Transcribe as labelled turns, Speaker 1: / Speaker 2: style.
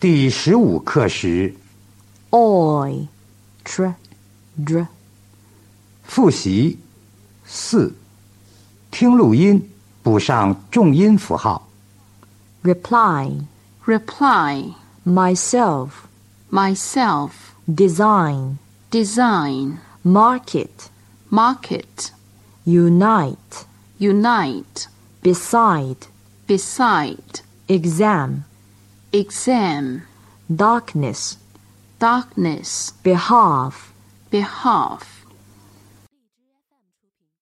Speaker 1: 第十五课时
Speaker 2: oi, tr, dr,
Speaker 1: 复习四，听录音，补上重音符号。
Speaker 2: reply,
Speaker 3: reply,
Speaker 2: myself,
Speaker 3: myself,
Speaker 2: design,
Speaker 3: design,
Speaker 2: market,
Speaker 3: market,
Speaker 2: unite,
Speaker 3: unite,
Speaker 2: beside,
Speaker 3: beside,
Speaker 2: exam,
Speaker 3: exam,
Speaker 2: darkness,
Speaker 3: darkness,
Speaker 2: behalf,
Speaker 3: behalf,